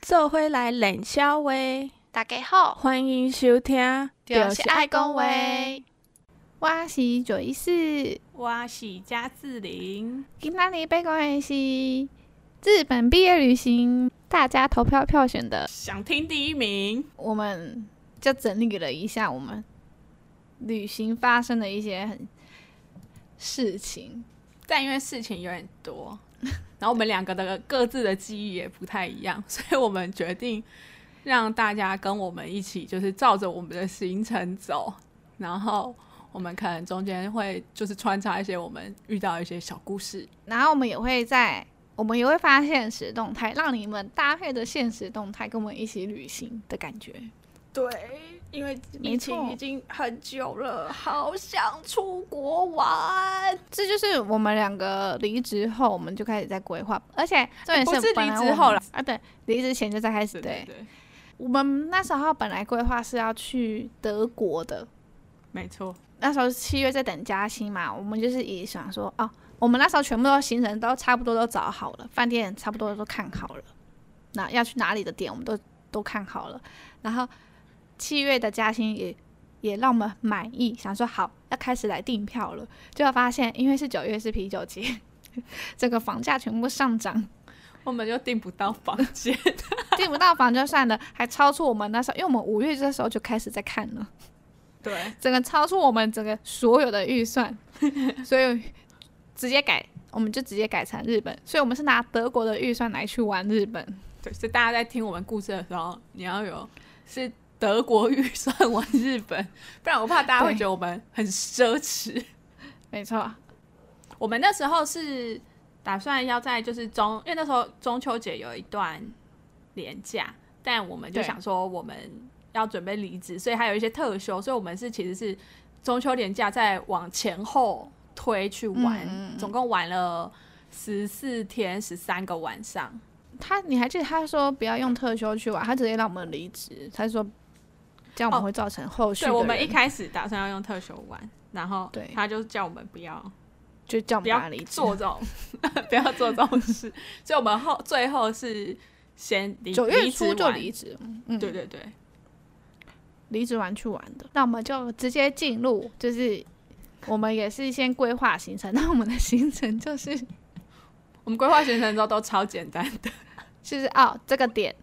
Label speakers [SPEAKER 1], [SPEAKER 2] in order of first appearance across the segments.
[SPEAKER 1] 做伙来冷笑话，
[SPEAKER 2] 大家好，
[SPEAKER 1] 欢迎收听。
[SPEAKER 2] 就是爱讲话。
[SPEAKER 3] 我是九一四，
[SPEAKER 1] 我是嘉志玲，
[SPEAKER 3] 今天你被讲的是日本毕业旅行，大家投票票选的。
[SPEAKER 1] 想听第一名。
[SPEAKER 3] 我们就整理了一下我们旅行发生的一些很事情，
[SPEAKER 1] 但因为事情有点多， 然后我们两个的各自的记忆也不太一样， 所以我们决定让大家跟我们一起，就是照着我们的行程走，然后我们可能中间会就是穿插一些我们遇到一些小故事。
[SPEAKER 3] 然后我们也会在我们也会发现实动态，让你们搭配着现实动态跟我们一起旅行的感觉。
[SPEAKER 1] 对，因为
[SPEAKER 3] 疫情已
[SPEAKER 1] 经很久了，好想出国玩。
[SPEAKER 3] 这就是我们两个离职后，我们就开始在规划，而且重点
[SPEAKER 1] 哎不是
[SPEAKER 3] 本来
[SPEAKER 1] 离职
[SPEAKER 3] 我们
[SPEAKER 1] 后啦
[SPEAKER 3] 啊，对，离职前就在开始
[SPEAKER 1] 对对对，
[SPEAKER 3] 我们那时候本来规划是要去德国的，
[SPEAKER 1] 没错。
[SPEAKER 3] 那时候七月在等加薪嘛，我们就是也想说哦，我们那时候全部都行程都差不多都找好了，饭店差不多都看好了，那要去哪里的点我们都都看好了，然后七月的加薪也也让我们满意，想说好要开始来订票了，结果发现因为是九月是啤酒节， 这个房价全部上涨，
[SPEAKER 1] 我们就订不到房间，
[SPEAKER 3] 订不到房就算了，还超出我们那时候，因为我们五月这时候就开始在看了。
[SPEAKER 1] 对，
[SPEAKER 3] 整个超出我们整个所有的预算， 所以直接改，我们就直接改成日本。所以我们是拿德国的预算来去玩日本，
[SPEAKER 1] 对，所以大家在听我们故事的时候，你要有是德国预算玩日本，不然我怕大家会
[SPEAKER 3] 对
[SPEAKER 1] 觉得我们很奢侈。
[SPEAKER 3] 没错，
[SPEAKER 1] 我们那时候是打算要在就是中，因为那时候中秋节有一段连假，但我们就
[SPEAKER 3] 对
[SPEAKER 1] 想说我们要准备离职，所以还有一些特休，所以我们是其实是中秋连假再往前后推去玩，
[SPEAKER 3] 嗯嗯嗯
[SPEAKER 1] 总共玩了十四天十三个晚上。
[SPEAKER 3] 他你还记得他说不要用特休去玩，他直接让我们离职，他说这样我
[SPEAKER 1] 哦
[SPEAKER 3] 们会造成后续的
[SPEAKER 1] 对，
[SPEAKER 3] 人、
[SPEAKER 1] 我们一开始打算要用特休玩，然后
[SPEAKER 3] 对
[SPEAKER 1] 他就叫我们不要
[SPEAKER 3] 就叫我
[SPEAKER 1] 不
[SPEAKER 3] 们
[SPEAKER 1] 要
[SPEAKER 3] 离职，
[SPEAKER 1] 做这 种不要做这种事，所以我们后最后是先离
[SPEAKER 3] 九月初就离
[SPEAKER 1] 离职
[SPEAKER 3] 职，
[SPEAKER 1] 完，
[SPEAKER 3] 嗯
[SPEAKER 1] 对对对，
[SPEAKER 3] 离职完去玩的。那我们就直接进入，就是我们也是先规划行程，那我们的行程就是
[SPEAKER 1] 我们规划行程之后都超简单的，
[SPEAKER 3] 就是哦，这个点，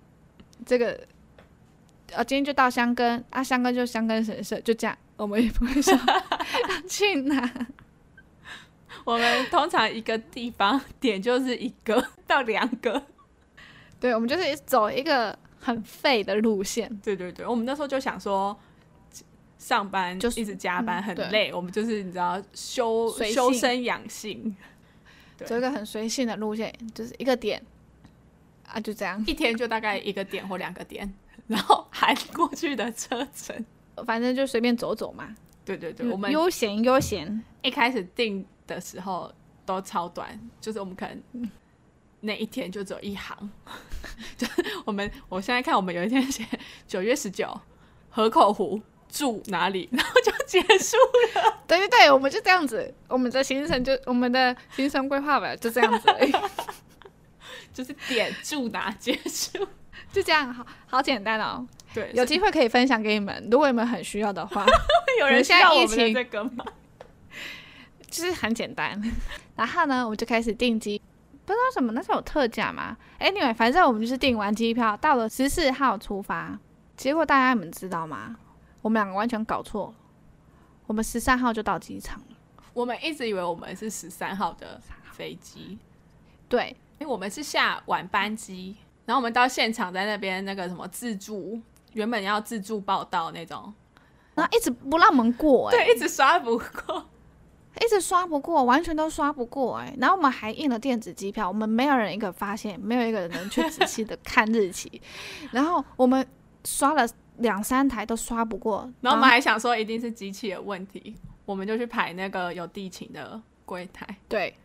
[SPEAKER 3] 这个，呃、今天就到香根啊，香根就香根神社，就这样，我们也不会说 要去哪。
[SPEAKER 1] 我们通常一个地方点就是一个到两个，
[SPEAKER 3] 对，我们就是走一个很废的路线，
[SPEAKER 1] 对对对，我们那时候就想说。上班
[SPEAKER 3] 就
[SPEAKER 1] 就是一直加班
[SPEAKER 3] 嗯
[SPEAKER 1] 很
[SPEAKER 3] 对
[SPEAKER 1] 累，我们就是你知道修
[SPEAKER 3] 随性
[SPEAKER 1] 修身养性，对
[SPEAKER 3] 走一个很随性的路线，就是一个点，啊，就这样。
[SPEAKER 1] 一天就大概一个点或两个点，然后 含过去的车程。
[SPEAKER 3] 反正就随便走走嘛，
[SPEAKER 1] 对对对，
[SPEAKER 3] 就
[SPEAKER 1] 我们
[SPEAKER 3] 悠闲悠闲。
[SPEAKER 1] 一开始定的时候都超短，就是我们可能那一天就只有一行， 就是我们我现在看我们有一天写九月十九河口湖住哪里，然后就结束。
[SPEAKER 3] 对对对，我们就这样子，我们的行程就我们的行程规划吧，就这样子而已，
[SPEAKER 1] 就是点住哪结 束，
[SPEAKER 3] 就这样，好好简单哦。
[SPEAKER 1] 对，
[SPEAKER 3] 有
[SPEAKER 1] 所
[SPEAKER 3] 机会可以分享给你们，如果你们很需要的话。
[SPEAKER 1] 以有人需
[SPEAKER 3] 现在
[SPEAKER 1] 要我
[SPEAKER 3] 疫
[SPEAKER 1] 们的
[SPEAKER 3] 情
[SPEAKER 1] 这个吗？
[SPEAKER 3] 就是很简单。 然后呢，我们就开始订机，不知道什么那时候有特价嘛？Anyway，反正我们就是订完机票，到了十四号出发。结果大家你们知道吗？我们两个完全搞错了，我们十三号就到机场了。
[SPEAKER 1] 我们一直以为我们是十三号的飞机，
[SPEAKER 3] 对，
[SPEAKER 1] 因为我们是下晚班机，然后我们到现场在那边那个什么自助，原本要自助报到那种，
[SPEAKER 3] 然后一直不让我们过、哎，
[SPEAKER 1] 对，一直刷不过。
[SPEAKER 3] 一直刷不过，完全都刷不过、哎。然后我们还印了电子机票，我们没有人一个发现，没有一个人能去仔细的看日 期。然后我们刷了两三台都刷不过，
[SPEAKER 1] 然后我们还想说一定是机器的问题，我们就去排那个有地勤的柜台。
[SPEAKER 3] 对，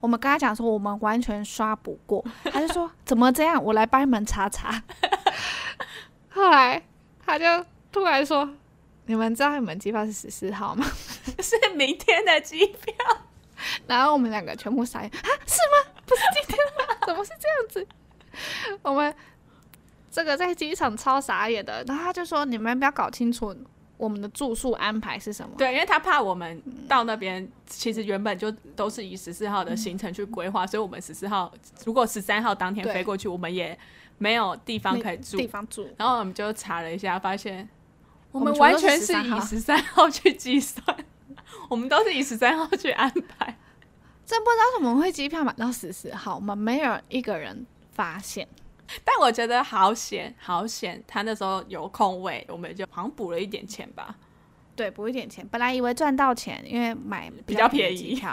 [SPEAKER 3] 我们跟他讲说我们完全刷不过， 他就说怎么这样，我来帮你们查查。 后来他就突然说：“你们知道你们机票是十四号吗
[SPEAKER 1] 是明天的机票，？”
[SPEAKER 3] 然后我们两个全部傻 眼啊，是吗？不是今天吗？怎么是这样子？我们这个在机场超傻眼的。然后他就说：“你们不要搞清楚我们的住宿安排是什么。”
[SPEAKER 1] 对，因为他怕我们到那边，其实原本就都是以十四号的行程去规划，所以我们十四号如果十三号当天
[SPEAKER 3] 对
[SPEAKER 1] 飞过去，我们也没有地方
[SPEAKER 3] 那
[SPEAKER 1] 可以住
[SPEAKER 3] 地。方住，
[SPEAKER 1] 然后我们就查了一下，发现我
[SPEAKER 3] 我们
[SPEAKER 1] 们
[SPEAKER 3] 全
[SPEAKER 1] 完
[SPEAKER 3] 都是
[SPEAKER 1] 全是
[SPEAKER 3] 13
[SPEAKER 1] 以
[SPEAKER 3] 号
[SPEAKER 1] 十三号去计算， 我们都是以十三号去安排。
[SPEAKER 3] 真不知道怎么会机票买到十四号，我们没有一个人发现。
[SPEAKER 1] 但我觉得好险，好险！他那时候有空位，我们就好像补了一点钱吧。
[SPEAKER 3] 对，补一点钱，本来以为赚到钱，因为买
[SPEAKER 1] 比
[SPEAKER 3] 较
[SPEAKER 1] 较便
[SPEAKER 3] 宜
[SPEAKER 1] 宜
[SPEAKER 3] 的机票。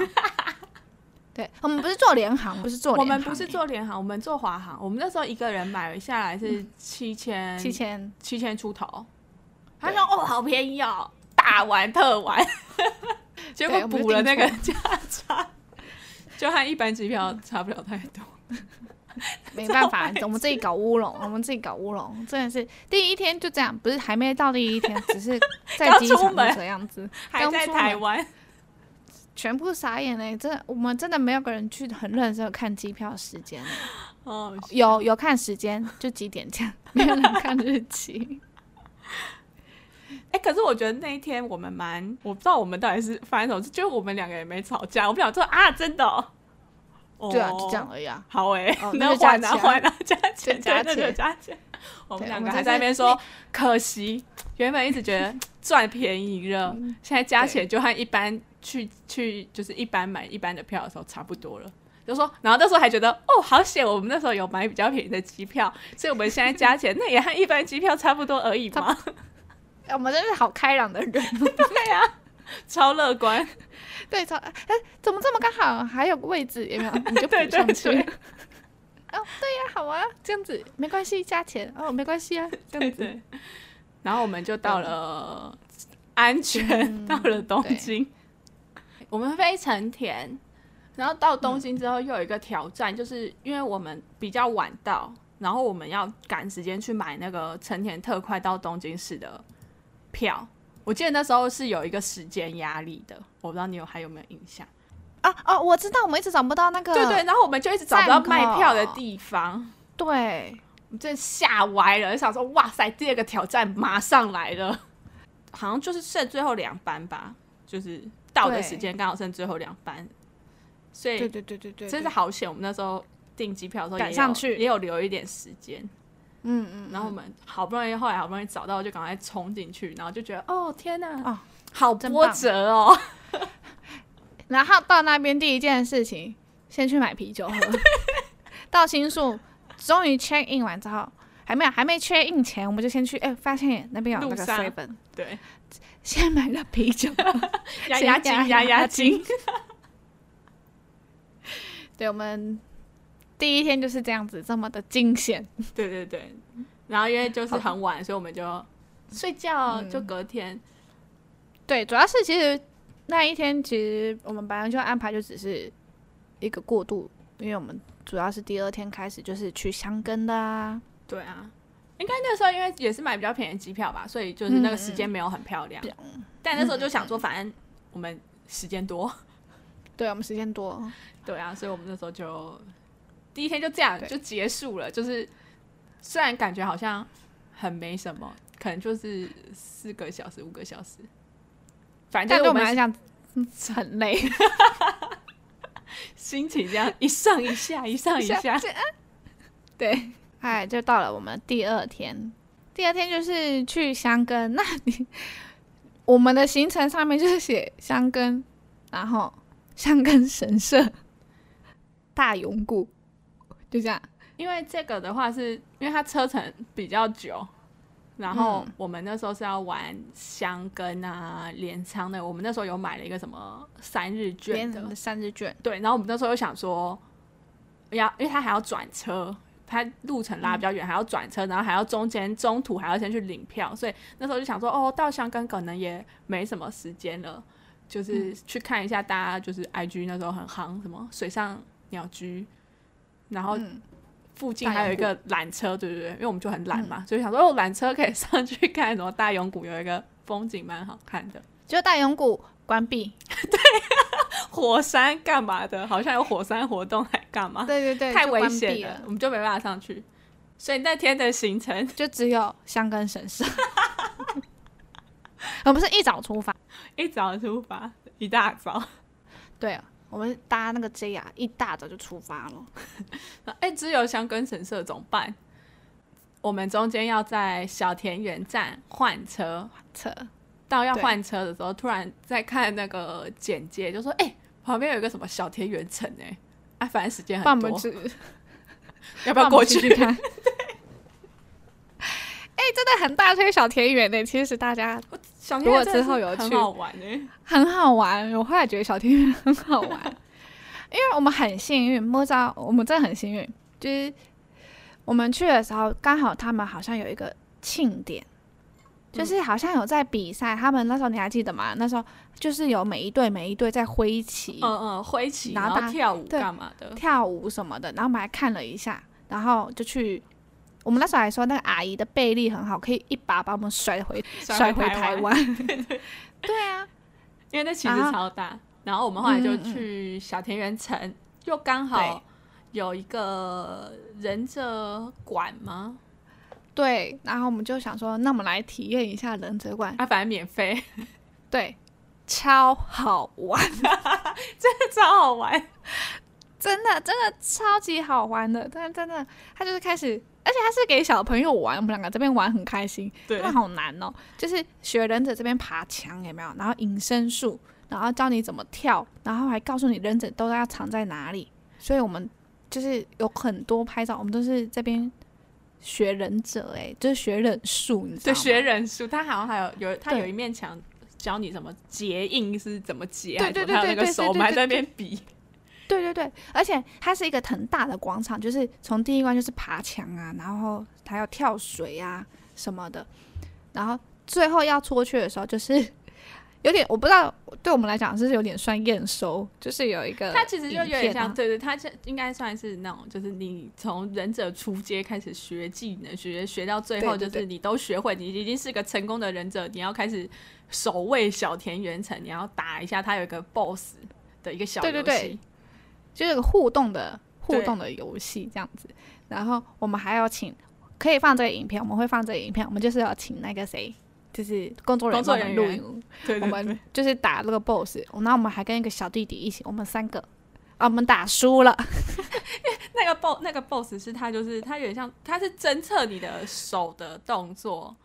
[SPEAKER 3] 对，我们不是做联航，不是做
[SPEAKER 1] 我
[SPEAKER 3] 联航
[SPEAKER 1] 们
[SPEAKER 3] 欸，
[SPEAKER 1] 不是做联航，我们做华航。我们那时候一个人买下来是七千、
[SPEAKER 3] 嗯七千，
[SPEAKER 1] 七千出头。他说：“哦，好便宜哦，大玩特玩。” 结
[SPEAKER 3] 对
[SPEAKER 1] 果
[SPEAKER 3] 我们就
[SPEAKER 1] 补了那
[SPEAKER 3] 订
[SPEAKER 1] 个价差，就和一般机
[SPEAKER 3] 嗯
[SPEAKER 1] 票差不了太多。
[SPEAKER 3] 没办法，我们自己搞乌龙，我们自己搞乌龙，真的是第一天就这样，不是还没到第一天，只是在
[SPEAKER 1] 刚
[SPEAKER 3] 机
[SPEAKER 1] 出
[SPEAKER 3] 场就
[SPEAKER 1] 门
[SPEAKER 3] 这样子，
[SPEAKER 1] 还
[SPEAKER 3] 刚
[SPEAKER 1] 在
[SPEAKER 3] 出
[SPEAKER 1] 台
[SPEAKER 3] 门
[SPEAKER 1] 湾，
[SPEAKER 3] 全部傻眼嘞、真的，我们真的没有个人去很认真的看机票时间欸、
[SPEAKER 1] 哦，
[SPEAKER 3] 有有看时间，就几点这样， 没有人看日期。
[SPEAKER 1] 哎、可是我觉得那一天我们蛮，我不知道我们到底是发生什么事，就是我们两个也没吵架，我们俩说啊，真的、哦，哦
[SPEAKER 3] 对啊，就这样。而已啊。
[SPEAKER 1] 好哎、
[SPEAKER 3] 哦那
[SPEAKER 1] 那
[SPEAKER 3] 就加
[SPEAKER 1] 换啊
[SPEAKER 3] 钱
[SPEAKER 1] 换啊， 加钱
[SPEAKER 3] 加
[SPEAKER 1] 对那就
[SPEAKER 3] 钱
[SPEAKER 1] 加钱。我们
[SPEAKER 3] 对
[SPEAKER 1] 两
[SPEAKER 3] 我
[SPEAKER 1] 个
[SPEAKER 3] 们
[SPEAKER 1] 还
[SPEAKER 3] 就
[SPEAKER 1] 在那
[SPEAKER 3] 是
[SPEAKER 1] 边说，可惜原本一直觉得赚便宜了，现在加
[SPEAKER 3] 嗯对
[SPEAKER 1] 钱就和一般去去就是一般买一般的票的时候差不多了。就说，然后那时候还觉得哦，好险，我们那时候有买比较便宜的机票，所以我们现在加钱， 那也和一般机票差不多而已嘛，
[SPEAKER 3] 哎我们真是好开朗的人，
[SPEAKER 1] 超乐观。
[SPEAKER 3] 对，超哎、怎么这么刚好还有个位置也没有，你就补
[SPEAKER 1] 对对
[SPEAKER 3] 上去。
[SPEAKER 1] 对
[SPEAKER 3] 哦，对呀、好啊，这样子没关系，加钱哦，没关系 啊，这样
[SPEAKER 1] 对
[SPEAKER 3] 子。
[SPEAKER 1] 对。然后我们就到了安全，到了东京。我们飞成田，然后到东京之后又有一个挑战，就是因为我们比较晚到，然后我们要赶时间去买那个成田特快到东京市的票。我记得那时候是有一个时间压力的，我不知道你有还有没有印象？
[SPEAKER 3] 啊哦，我知道，我们一直找不到那个，
[SPEAKER 1] 对哦对，然后我们就一直找不到
[SPEAKER 3] 站口
[SPEAKER 1] 卖票的地方，
[SPEAKER 3] 对
[SPEAKER 1] 我真的吓歪了，想说哇塞，第二个挑战马上来了，好像就是剩最后两班吧，就是到的时间刚好剩最后两班，所以
[SPEAKER 3] 对对对对对，
[SPEAKER 1] 真是好险，我们那时候订机票的时候也有
[SPEAKER 3] 赶上去
[SPEAKER 1] 也有留一点时间，
[SPEAKER 3] 嗯嗯，
[SPEAKER 1] 然后我们好不容易后来好不容易找到，就赶快冲进去，然后就觉得哦天哪，
[SPEAKER 3] 哦
[SPEAKER 1] 好
[SPEAKER 3] 真
[SPEAKER 1] 波
[SPEAKER 3] 棒
[SPEAKER 1] 折哦，
[SPEAKER 3] 然后到那边第一件事情，先去买啤酒喝。 到新宿，终于 check in 完之后，还没有还没 check in 前，我们就先去，哎、发现那边有那
[SPEAKER 1] 路
[SPEAKER 3] 个
[SPEAKER 1] 上
[SPEAKER 3] seven，
[SPEAKER 1] 对，
[SPEAKER 3] 先买了啤酒。
[SPEAKER 1] 压
[SPEAKER 3] 先
[SPEAKER 1] 压惊
[SPEAKER 3] 压
[SPEAKER 1] 压压
[SPEAKER 3] 压
[SPEAKER 1] 惊，
[SPEAKER 3] 对，我们第一天就是这样子，这么的惊险。
[SPEAKER 1] 对对对，然后因为就是很晚，所以我们就睡觉，就
[SPEAKER 3] 嗯
[SPEAKER 1] 隔天。
[SPEAKER 3] 对，主要是其实那一天其实我们本来就安排就只是一个过渡，因为我们主要是第二天开始就是去香根的啊。
[SPEAKER 1] 对啊，应该那时候因为也是买比较便宜的机票吧，所以就是那个时间没有很漂亮。但那时候就想说，反正我们时间多，
[SPEAKER 3] 对，我们时间多，
[SPEAKER 1] 对啊，所以我们那时候就第一天就这样
[SPEAKER 3] 对
[SPEAKER 1] 就结束了。就是虽然感觉好像很没什么，可能就是四个小时、五个小时，反正
[SPEAKER 3] 但
[SPEAKER 1] 就是
[SPEAKER 3] 对
[SPEAKER 1] 我
[SPEAKER 3] 我们来
[SPEAKER 1] 们
[SPEAKER 3] 讲嗯 很累。
[SPEAKER 1] 心情这样一上一下、一上一下。
[SPEAKER 3] 对，哎，就到了我们第二天，第二天就是去香根。那你我们的行程上面就是写香根，然后香根神社、大永谷，就这样。
[SPEAKER 1] 因为这个的话是，因为它车程比较久，然后我们那时候是要玩箱根啊、镰仓的，我们那时候有买了一个什么三日券的，
[SPEAKER 3] 三日卷，
[SPEAKER 1] 对，然后我们那时候又想说，要因为它还要转车，它路程拉比较远，还要转车，然后还要中间中途还要先去领票，所以那时候就想说，哦，到香港可能也没什么时间了，就是去看一下大家就是 IG 那时候很夯什么水上鸟居，然后
[SPEAKER 3] 嗯
[SPEAKER 1] 附近还有一个缆车，对不对？因为我们就很懒嘛，所以想说哦，缆车可以上去看，然后大永谷有一个风景蛮好看的，
[SPEAKER 3] 就大永谷关闭。
[SPEAKER 1] 火山干嘛的？好像有火山活动还干嘛？
[SPEAKER 3] 对对对，
[SPEAKER 1] 太
[SPEAKER 3] 就
[SPEAKER 1] 危
[SPEAKER 3] 关闭
[SPEAKER 1] 险
[SPEAKER 3] 了。
[SPEAKER 1] 我们就没办法上去。所以那天的行程
[SPEAKER 3] 就只有香根神社。 我们是一早出发，
[SPEAKER 1] 一早出发，一大早。
[SPEAKER 3] 对，啊我们搭那个 JR 一大早就出发了。
[SPEAKER 1] 哎，只有香根神社怎么办？我们中间要在小田园站换车，
[SPEAKER 3] 车
[SPEAKER 1] 到要
[SPEAKER 3] 对
[SPEAKER 1] 换车的时候，突然在看那个简介，就说：“哎、旁边有一个什么小田园城、哎，啊，反正时间
[SPEAKER 3] 帮我们
[SPEAKER 1] 很多，
[SPEAKER 3] 去，
[SPEAKER 1] 要不
[SPEAKER 3] 帮
[SPEAKER 1] 要
[SPEAKER 3] 我
[SPEAKER 1] 过
[SPEAKER 3] 们
[SPEAKER 1] 去
[SPEAKER 3] 去？去看。 哎、真的很大推小田园呢、其实大家
[SPEAKER 1] 小田
[SPEAKER 3] 如果
[SPEAKER 1] 园真的
[SPEAKER 3] 之后
[SPEAKER 1] 是
[SPEAKER 3] 有
[SPEAKER 1] 很
[SPEAKER 3] 去
[SPEAKER 1] 好玩哎、
[SPEAKER 3] 很好玩，我后来觉得小田园很好玩， 因为我们很幸运，摸到我们真的很幸运，就是我们去的时候刚好他们好像有一个庆典，就是好像有在比赛，他们那时候你还记得吗？那时候就是有每一队每一队在挥旗、
[SPEAKER 1] 嗯嗯，挥旗，
[SPEAKER 3] 然
[SPEAKER 1] 然
[SPEAKER 3] 后
[SPEAKER 1] 后
[SPEAKER 3] 大
[SPEAKER 1] 跳舞
[SPEAKER 3] 对
[SPEAKER 1] 干嘛的？
[SPEAKER 3] 跳舞什么的，然后我们还看了一下，然后就去。我们那时候还说那个阿姨的臂力很好，可以一把把我们甩回甩回台
[SPEAKER 1] 湾，
[SPEAKER 3] 湾。对啊，
[SPEAKER 1] 因为那其实
[SPEAKER 3] 然后
[SPEAKER 1] 超大。然后我们后来就
[SPEAKER 3] 啊嗯嗯嗯
[SPEAKER 1] 去小田园城，又刚
[SPEAKER 3] 对
[SPEAKER 1] 好有一个忍者馆吗？
[SPEAKER 3] 对，然后我们就想说，那我们来体验一下忍者馆，
[SPEAKER 1] 啊，反正免 费，
[SPEAKER 3] 对，超好玩，
[SPEAKER 1] 超好玩。
[SPEAKER 3] 真的真的超级好玩的，但真的他就是开始，而且他是给小朋友玩，我们两个这边玩很开心，
[SPEAKER 1] 对
[SPEAKER 3] 但好难哦，就是学忍者这边爬墙有没有，然后隐身术，然后教你怎么跳，然后还告诉你忍者都要藏在哪里，所以我们就是有很多拍照，我们都是这边学忍者、欸，就是学忍术，你知道
[SPEAKER 1] 对，
[SPEAKER 3] 吗？
[SPEAKER 1] 学忍术，它好像还有有它
[SPEAKER 3] 对
[SPEAKER 1] 有一面墙教你怎么结印是怎么结，
[SPEAKER 3] 对
[SPEAKER 1] 还是
[SPEAKER 3] 对对
[SPEAKER 1] 什么还有
[SPEAKER 3] 对
[SPEAKER 1] 那个
[SPEAKER 3] 对
[SPEAKER 1] 手
[SPEAKER 3] 对
[SPEAKER 1] 我们还
[SPEAKER 3] 对
[SPEAKER 1] 在那边比。
[SPEAKER 3] 对对对，而且它是一个很大的广场，就是从第一关就是爬墙啊，然后还有跳水啊什么的，然后最后要出去的时候，就是 有点我不知道，对我们来讲是有点算验收，就是有一个
[SPEAKER 1] 它其实就有
[SPEAKER 3] 影
[SPEAKER 1] 点
[SPEAKER 3] 片啊
[SPEAKER 1] 像，对对，它这应该算是那种，就是你从忍者出街开始学技能，学学到最后，
[SPEAKER 3] 对
[SPEAKER 1] 就
[SPEAKER 3] 对
[SPEAKER 1] 是你都学会，你已经是个成功的忍者，你要开始守卫小田园城，你要打一下它有一个 BOSS 的一个小游
[SPEAKER 3] 对
[SPEAKER 1] 戏，
[SPEAKER 3] 对对就是有个互动的互
[SPEAKER 1] 对
[SPEAKER 3] 动的游戏这样子。然后我们还要请，可以放这个影片，我们会放这个影片，我们就是要请那个谁，就是工作人员
[SPEAKER 1] 工作
[SPEAKER 3] 帮我们
[SPEAKER 1] 人
[SPEAKER 3] 录
[SPEAKER 1] 员
[SPEAKER 3] 影，
[SPEAKER 1] 对对
[SPEAKER 3] 我们
[SPEAKER 1] 对
[SPEAKER 3] 就是打那个 boss，然后我们还跟一个小弟弟一起，我们三个啊，我们打输了，
[SPEAKER 1] 那个 BOSS 那个 BOSS 是他就是他有点像，他是侦测你的手的动作，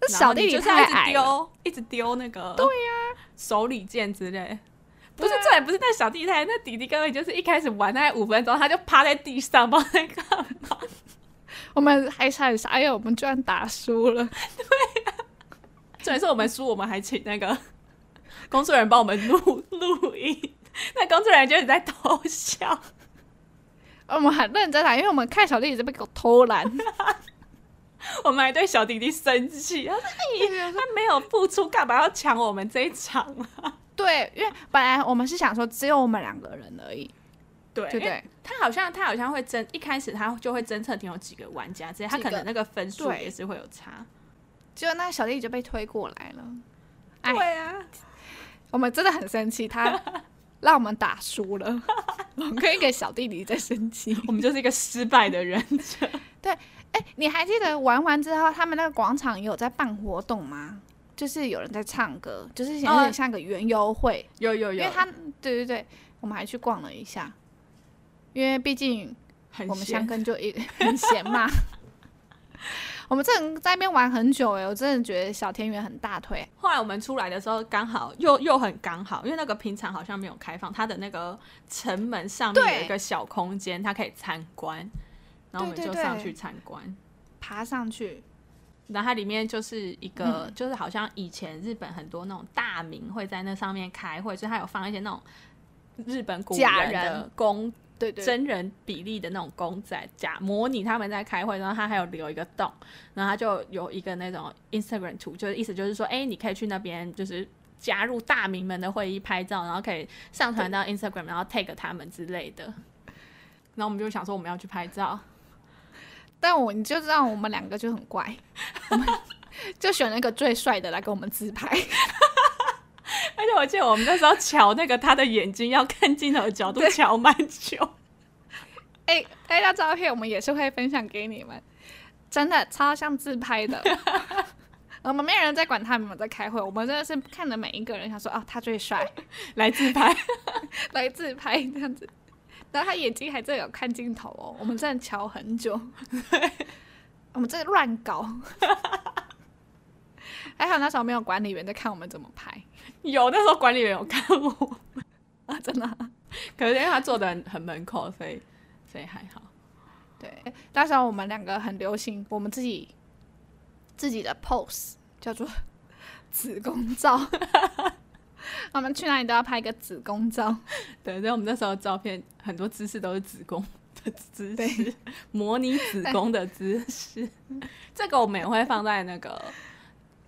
[SPEAKER 3] 那
[SPEAKER 1] 然后
[SPEAKER 3] 小弟
[SPEAKER 1] 你
[SPEAKER 3] 弟
[SPEAKER 1] 就是
[SPEAKER 3] 太
[SPEAKER 1] 要一直
[SPEAKER 3] 矮了，
[SPEAKER 1] 丢，一直丢那个对呀、手里剑之类。不是，
[SPEAKER 3] 啊
[SPEAKER 1] 这也不是那小弟太，那弟弟根本就是一开始玩那五分钟，他就趴在地上，不知道在干嘛。
[SPEAKER 3] 我们还差点傻眼，我们居然打输了，
[SPEAKER 1] 重点是我们输，我们还请那个工作人员帮我们录录音，那工作人员就一直在偷笑。
[SPEAKER 3] 我们很认真打，因为我们看小弟弟这边给我偷 懒，
[SPEAKER 1] 我们还对小弟弟生气，他说：“哎、他没有付出，干嘛要抢我们这一场啊
[SPEAKER 3] 对，因为本来我们是想说只有我们两个人而已，
[SPEAKER 1] 对
[SPEAKER 3] 对不
[SPEAKER 1] 因为
[SPEAKER 3] 对？
[SPEAKER 1] 他好像他好像会侦，一开始他就会侦测你有几个玩家之类，他
[SPEAKER 3] 几
[SPEAKER 1] 可
[SPEAKER 3] 个
[SPEAKER 1] 能那个分数
[SPEAKER 3] 对
[SPEAKER 1] 也是会有差。
[SPEAKER 3] 结果那小弟弟就被推过来了，哎
[SPEAKER 1] 对啊，
[SPEAKER 3] 我们真的很生气，他让我们打输了， 我们跟一个小弟弟在生气。
[SPEAKER 1] 我们就是一个失败的 忍者。
[SPEAKER 3] 哎、你还记得玩完之后，他们那个广场有在办活动吗？就是有人在唱歌，就是有
[SPEAKER 1] 哦
[SPEAKER 3] 点像个园游会，
[SPEAKER 1] 有有有，
[SPEAKER 3] 因为他对对对，我们还去逛了一下，因为毕竟
[SPEAKER 1] 很
[SPEAKER 3] 我们
[SPEAKER 1] 闲
[SPEAKER 3] 香根就一很闲嘛。 我们这在那边玩很久哎、我真的觉得小田园很大腿，
[SPEAKER 1] 后来我们出来的时候，刚好又又很刚好，因为那个平常好像没有开放，它的那个城门上面
[SPEAKER 3] 对
[SPEAKER 1] 有一个小空间，它可以参观，然后我们
[SPEAKER 3] 对对
[SPEAKER 1] 就
[SPEAKER 3] 对
[SPEAKER 1] 上去参观。
[SPEAKER 3] 爬上去，
[SPEAKER 1] 然后它里面就是一个，就是好像以前日本很多那种大名会在那上面开会，所以它有放一些那种日本古
[SPEAKER 3] 假
[SPEAKER 1] 人的
[SPEAKER 3] 人
[SPEAKER 1] 公
[SPEAKER 3] 对对
[SPEAKER 1] 真人比例的那种公仔假模拟他们在开会，然后他还有留一个洞，然后他就有一个那种 Instagram 图，就是意思就是说，哎、你可以去那边就是加入大名们的会议拍照，然后可以上传到 Instagram，然后 tag 他们之类的。然后我们就想说我们要去拍照，
[SPEAKER 3] 但我你就知道我们两个就很怪，我们 就选了一个最帅的来跟我们自拍，
[SPEAKER 1] 而且我记得我们那时候瞧那个他的眼睛要看镜头的 角度瞧蛮久，
[SPEAKER 3] 哎、那张照片我们也是会分享给你们。真的超像自拍的。我们没有人在管他们有没有在开会，我们真的是看着每一个人，想说哦，他最帅，
[SPEAKER 1] 来自拍，
[SPEAKER 3] 来自拍这样子。然后他眼睛还真的有看镜头哦，我们真的瞧很久，我们真的乱搞。 还好那时候没有管理员在看我们怎么拍
[SPEAKER 1] 有那时候管理员有看我，
[SPEAKER 3] 啊，真的啊、
[SPEAKER 1] 可是因为他坐的很很门口，所以所以还好。
[SPEAKER 3] 对，那时候我们两个很流行我们自己自己的 pose，叫做 子宫照。 我们去哪里都要拍一个子宫照，
[SPEAKER 1] 对，所以我们那时候照片很多姿势都是子宫的姿
[SPEAKER 3] 对嗯
[SPEAKER 1] 势，模拟子宫的姿势。 这个我们也会放在那个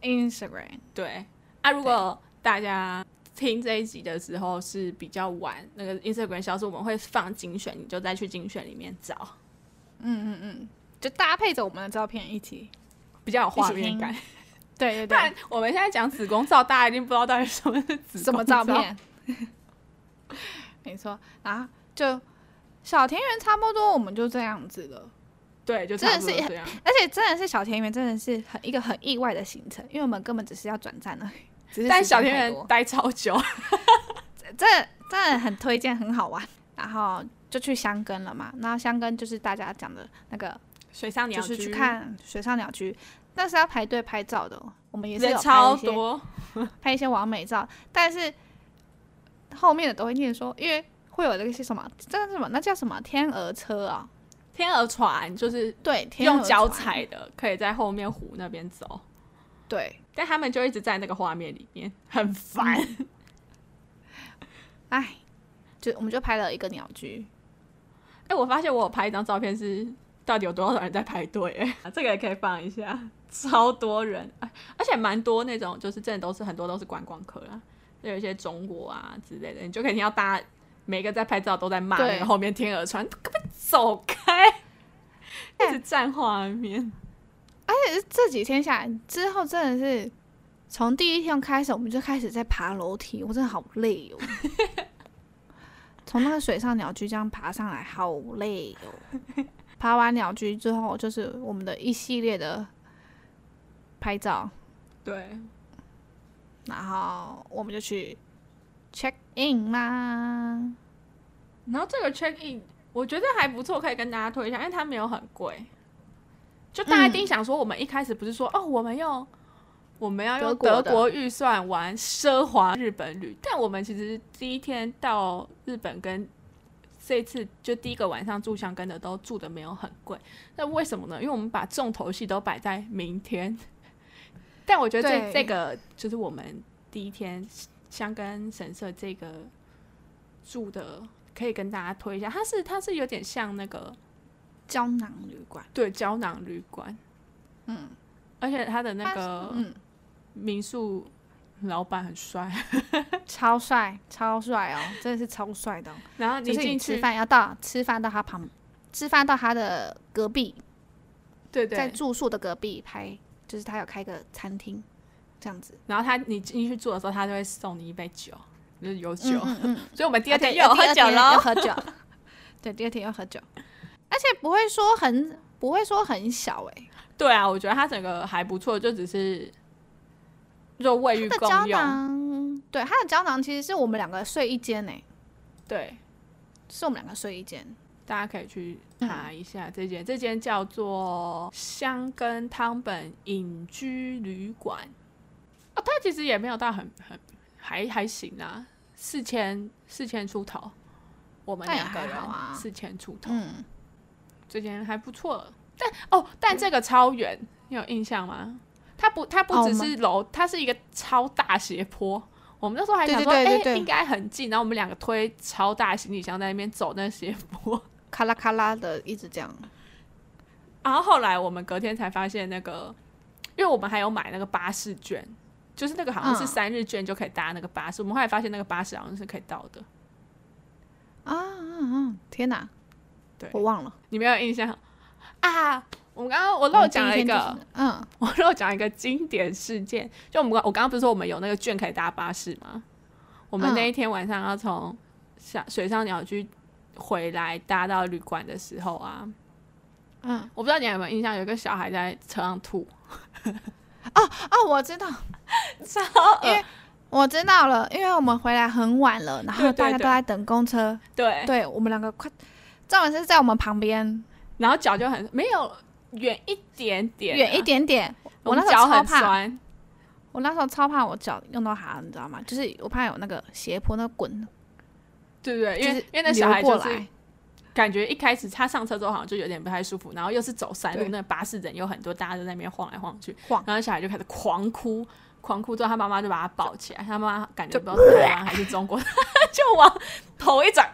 [SPEAKER 3] Instagram
[SPEAKER 1] 对啊，如果大家听这一集的时候是比较晚，那个 Instagram 小组我们会放精选，你就再去精选里面找，
[SPEAKER 3] 就搭配着我们的照片一起。
[SPEAKER 1] 比较有画
[SPEAKER 3] 一起
[SPEAKER 1] 面
[SPEAKER 3] 听
[SPEAKER 1] 感。
[SPEAKER 3] 对对
[SPEAKER 1] 不然
[SPEAKER 3] 对，
[SPEAKER 1] 我们现在讲子宫照，大家一定不知道到底什么是子宫
[SPEAKER 3] 什么照？片？ 没错，然后就小田园差不多，我们就这样子了。
[SPEAKER 1] 对，就
[SPEAKER 3] 真的
[SPEAKER 1] 差不多
[SPEAKER 3] 是
[SPEAKER 1] 这样。
[SPEAKER 3] 而且真的是小田园，真的是很一个很意外的行程，因为我们根本只是要转站而已。只是
[SPEAKER 1] 但
[SPEAKER 3] 时间
[SPEAKER 1] 小田
[SPEAKER 3] 太
[SPEAKER 1] 园
[SPEAKER 3] 多
[SPEAKER 1] 待超久，
[SPEAKER 3] 这真的很推荐，很好玩。然后就去香根了嘛，那香根就是大家讲的那个，
[SPEAKER 1] 水上鸟
[SPEAKER 3] 就
[SPEAKER 1] 居
[SPEAKER 3] 是去看水上鸟居，那是要排队拍照的哦。我们也是
[SPEAKER 1] 人
[SPEAKER 3] 有
[SPEAKER 1] 超
[SPEAKER 3] 拍一些
[SPEAKER 1] 多，
[SPEAKER 3] 拍一些完美照，但是后面的都会念说，因为会有那些什么，这个是什么，那叫什么天鹅车啊、
[SPEAKER 1] 天鹅船就是
[SPEAKER 3] 对，天鹅
[SPEAKER 1] 用脚
[SPEAKER 3] 船，
[SPEAKER 1] 踩的，可以在后面湖那边走，
[SPEAKER 3] 对，
[SPEAKER 1] 但他们就一直在那个画面里面，很烦。
[SPEAKER 3] 嗯哎，就我们就拍了一个鸟居，
[SPEAKER 1] 哎、我发现我有拍一张照片是到底有多少人在排队、哎， 这个也可以放一下，超多人，哎而且蛮多那种，就是真的都是很多都是观光客啦，就有一些中国啊之类的，你就可以听到大家每个在拍照都在骂
[SPEAKER 3] 对哎
[SPEAKER 1] 那个后面天鹅船， 根本走 开，一直占画面。
[SPEAKER 3] 这几天下来之后，真的是从第一天开始，我们就开始在爬楼梯，我真的好累 哦。从那个水上鸟居这样爬上来，好累哦。爬完鸟居之后，就是我们的一系列的拍照，
[SPEAKER 1] 对，
[SPEAKER 3] 然后我们就去 check in 啦。
[SPEAKER 1] 然后这个 check in 我觉得还不错，可以跟大家推一下，因为它没有很贵。就大家一
[SPEAKER 3] 嗯
[SPEAKER 1] 定想说，我们一开始不是说、哦，我们用我们要用
[SPEAKER 3] 德国
[SPEAKER 1] 德
[SPEAKER 3] 的
[SPEAKER 1] 国预算玩奢华日本旅，但我们其实第一天到日本跟这次就第一个晚上住香根的都住的没有很贵，那为什么呢？因为我们把重头戏都摆在明天。但我觉得这
[SPEAKER 3] 对
[SPEAKER 1] 这个就是我们第一天香根神社这个住的，可以跟大家推一下。它是它是有点像那个
[SPEAKER 3] 胶囊旅馆，
[SPEAKER 1] 对胶囊旅馆，
[SPEAKER 3] 嗯，
[SPEAKER 1] 而且它的那个
[SPEAKER 3] 嗯，
[SPEAKER 1] 民宿老板很帅。
[SPEAKER 3] 超帅，超帅哦，真的是超帅的哦、
[SPEAKER 1] 然后
[SPEAKER 3] 就
[SPEAKER 1] 你
[SPEAKER 3] 是你
[SPEAKER 1] 进
[SPEAKER 3] 吃
[SPEAKER 1] 去，
[SPEAKER 3] 饭要到吃饭到他旁，吃饭到他的隔壁，
[SPEAKER 1] 对
[SPEAKER 3] 在
[SPEAKER 1] 对，
[SPEAKER 3] 住宿的隔壁拍，就是他有开个餐厅这样子。
[SPEAKER 1] 然后他你进去住的时候，他就会送你一杯酒，就是有酒。
[SPEAKER 3] 嗯嗯嗯，
[SPEAKER 1] 所以我们第二天
[SPEAKER 3] 啊对
[SPEAKER 1] 又有喝
[SPEAKER 3] 第二
[SPEAKER 1] 酒
[SPEAKER 3] 天
[SPEAKER 1] 喽
[SPEAKER 3] 又。喝酒。 对，第二天又喝酒，而且不会说很不会说很小哎、
[SPEAKER 1] 对啊，我觉得它整个还不错，就只是就卫浴
[SPEAKER 3] 它的胶
[SPEAKER 1] 共用，
[SPEAKER 3] 囊，对，它的胶囊其实是我们两个睡一间哎、
[SPEAKER 1] 对，
[SPEAKER 3] 是我们两个睡一间。
[SPEAKER 1] 大家可以去查一下这间，这间叫做香根汤本隐居旅馆。哦，它其实也没有到很很还还行啊，四千四千出头，我们
[SPEAKER 3] 那也
[SPEAKER 1] 两个
[SPEAKER 3] 还
[SPEAKER 1] 人
[SPEAKER 3] 好啊
[SPEAKER 1] 四千出头，
[SPEAKER 3] 嗯，
[SPEAKER 1] 这间还不错了。但哦，但这个超远，你有印象吗？它不，它不
[SPEAKER 3] 哦
[SPEAKER 1] 只
[SPEAKER 3] 我
[SPEAKER 1] 是楼，它是一个超大斜坡。我们那时候还
[SPEAKER 3] 对对
[SPEAKER 1] 想说，
[SPEAKER 3] 对对
[SPEAKER 1] 哎、
[SPEAKER 3] 对
[SPEAKER 1] 应该很近，然后我们两个推超大行李箱在那边走那斜坡。
[SPEAKER 3] 咔啦咔啦的一直这样。
[SPEAKER 1] 然后后来我们隔天才发现，那个，因为我们还有买那个巴士券，就是那个好像是
[SPEAKER 3] 嗯
[SPEAKER 1] 三日券就可以搭那个巴士。我们后来发现那个巴士好像是可以到的，
[SPEAKER 3] 啊啊啊！天哪，
[SPEAKER 1] 对
[SPEAKER 3] 我忘了。
[SPEAKER 1] 你没有印象啊？我们刚刚我
[SPEAKER 3] 我
[SPEAKER 1] 漏
[SPEAKER 3] 们第
[SPEAKER 1] 讲了一
[SPEAKER 3] 天就
[SPEAKER 1] 个，
[SPEAKER 3] 是，嗯，
[SPEAKER 1] 我漏讲一个经典事件，就我们我刚刚不是说我们有那个券可以搭巴士吗？我们
[SPEAKER 3] 嗯
[SPEAKER 1] 那一天晚上要从下水上鸟居回来搭到旅馆的时候啊，
[SPEAKER 3] 嗯，
[SPEAKER 1] 我不知道你有没有印象，有一个小孩在车上吐，
[SPEAKER 3] 哦，我知道，
[SPEAKER 1] 超
[SPEAKER 3] 因为我知道了，因为我们回来很晚了，然后
[SPEAKER 1] 对对
[SPEAKER 3] 大家
[SPEAKER 1] 对
[SPEAKER 3] 都在等公车，
[SPEAKER 1] 对，
[SPEAKER 3] 对我们两个快，赵文是在我们旁边
[SPEAKER 1] 然后脚就很没有远一点点啊，
[SPEAKER 3] 远一点点，我
[SPEAKER 1] 我
[SPEAKER 3] 那
[SPEAKER 1] 们
[SPEAKER 3] 时候
[SPEAKER 1] 脚
[SPEAKER 3] 超
[SPEAKER 1] 很
[SPEAKER 3] 怕，
[SPEAKER 1] 酸，
[SPEAKER 3] 我那时候超怕我脚用到它，你知道吗？就是我怕有那个斜坡那个滚，
[SPEAKER 1] 对不对？因为、
[SPEAKER 3] 就是
[SPEAKER 1] 因为那小孩
[SPEAKER 3] 流
[SPEAKER 1] 就
[SPEAKER 3] 过
[SPEAKER 1] 是
[SPEAKER 3] 来，
[SPEAKER 1] 感觉一开始他上车之后好像就有点不太舒服，然后又是走山路
[SPEAKER 3] 对，
[SPEAKER 1] 那巴士人有很多，大家都在那边晃来晃去，
[SPEAKER 3] 晃
[SPEAKER 1] 然后小孩就开始狂哭，狂哭之后他妈妈就把他抱起来，他妈妈感觉不知道是台湾还是中国，就往头一转，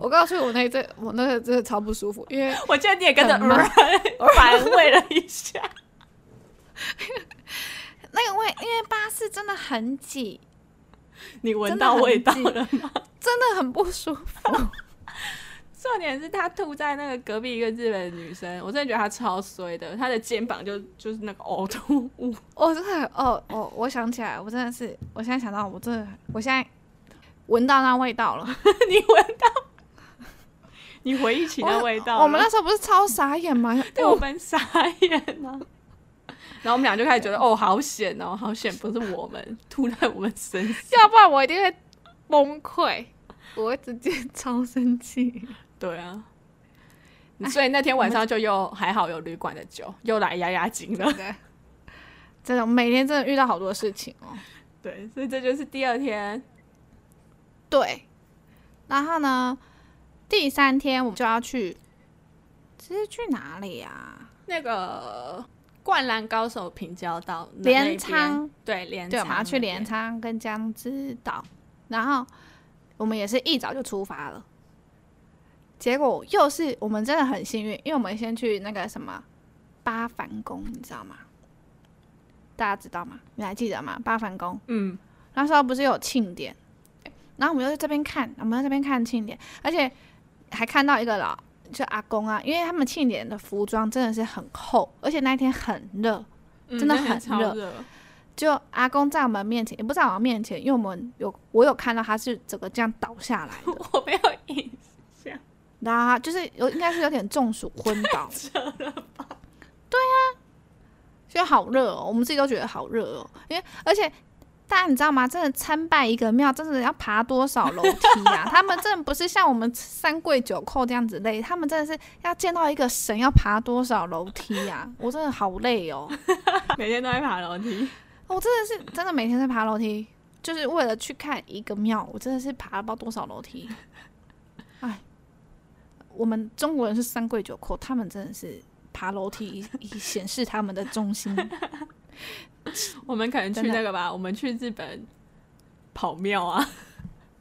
[SPEAKER 3] 我告诉你，我那一阵我那个真的超不舒服，因为
[SPEAKER 1] 我觉得你 也跟着
[SPEAKER 3] 很慢嗯
[SPEAKER 1] 反胃了一下，
[SPEAKER 3] 那个味，因为巴士真的很挤，
[SPEAKER 1] 你闻到味道了吗？
[SPEAKER 3] 真的很不舒服。
[SPEAKER 1] 重点是他吐在那个隔壁一个日本女生，我真的觉得她超衰的，她的肩膀就就是那个呕吐物。
[SPEAKER 3] 我真的，哦，我我想起来，我真的是，我现在想到，我真的，我现在闻到那味道了。
[SPEAKER 1] 你闻到，你回忆起那味道了
[SPEAKER 3] 我们那时候不是超傻眼吗？
[SPEAKER 1] 对我
[SPEAKER 3] 哦，
[SPEAKER 1] 们傻眼啊。 然后我们俩就开始觉得，哦，好险哦，好险，不是我们吐在我们身上。
[SPEAKER 3] 要不然我一定会崩溃，我会直接超生气。
[SPEAKER 1] 对啊，嗯所以那天晚上就又还好有旅馆的酒，又来压压惊了。
[SPEAKER 3] 对， 真的，我每天真的遇到好多事情哦。
[SPEAKER 1] 对，所以这就是第二天。
[SPEAKER 3] 对，然后呢，第三天我们就要去，其实去哪里啊？
[SPEAKER 1] 那个灌篮高手平交道那
[SPEAKER 3] 镰
[SPEAKER 1] 边
[SPEAKER 3] 仓，
[SPEAKER 1] 对镰
[SPEAKER 3] 对，
[SPEAKER 1] 仓
[SPEAKER 3] 我们要去
[SPEAKER 1] 那边
[SPEAKER 3] 镰仓跟江之岛，然后我们也是一早就出发了。结果又是我们真的很幸运，因为我们先去那个什么八幡宫，你知道吗？大家知道吗？你还记得吗？八幡宫
[SPEAKER 1] 嗯，
[SPEAKER 3] 那时候不是有庆典，然后我们就在这边看，我们在这边看庆典，而且还看到一个老就阿公啊，因为他们庆典的服装真的是很厚，而且那一天很热，
[SPEAKER 1] 嗯
[SPEAKER 3] 真的
[SPEAKER 1] 那天
[SPEAKER 3] 很
[SPEAKER 1] 超
[SPEAKER 3] 热
[SPEAKER 1] 热。
[SPEAKER 3] 就阿公在我们面前，也不在我们面前，因为我们有我有看到他是整个这样倒下来的，
[SPEAKER 1] 我没有印象，
[SPEAKER 3] 然后他就是有应该是有点中暑昏倒，对啊，就好热哦，我们自己都觉得好热哦，因为而且大家你知道吗？真的参拜一个庙，真的要爬多少楼梯啊？他们真的不是像我们三跪九叩这样子累，他们真的是要见到一个神要爬多少楼梯啊？我真的好累哦。
[SPEAKER 1] 每天都在爬楼梯。
[SPEAKER 3] 我真的是真的每天在爬楼梯，就是为了去看一个庙，我真的是爬了不知道多少楼梯。 哎，我们中国人是三跪九叩，他们真的是爬楼梯以以显示他们的忠心。
[SPEAKER 1] 我们可能去
[SPEAKER 3] 真的
[SPEAKER 1] 那个吧，我们去日本跑庙啊，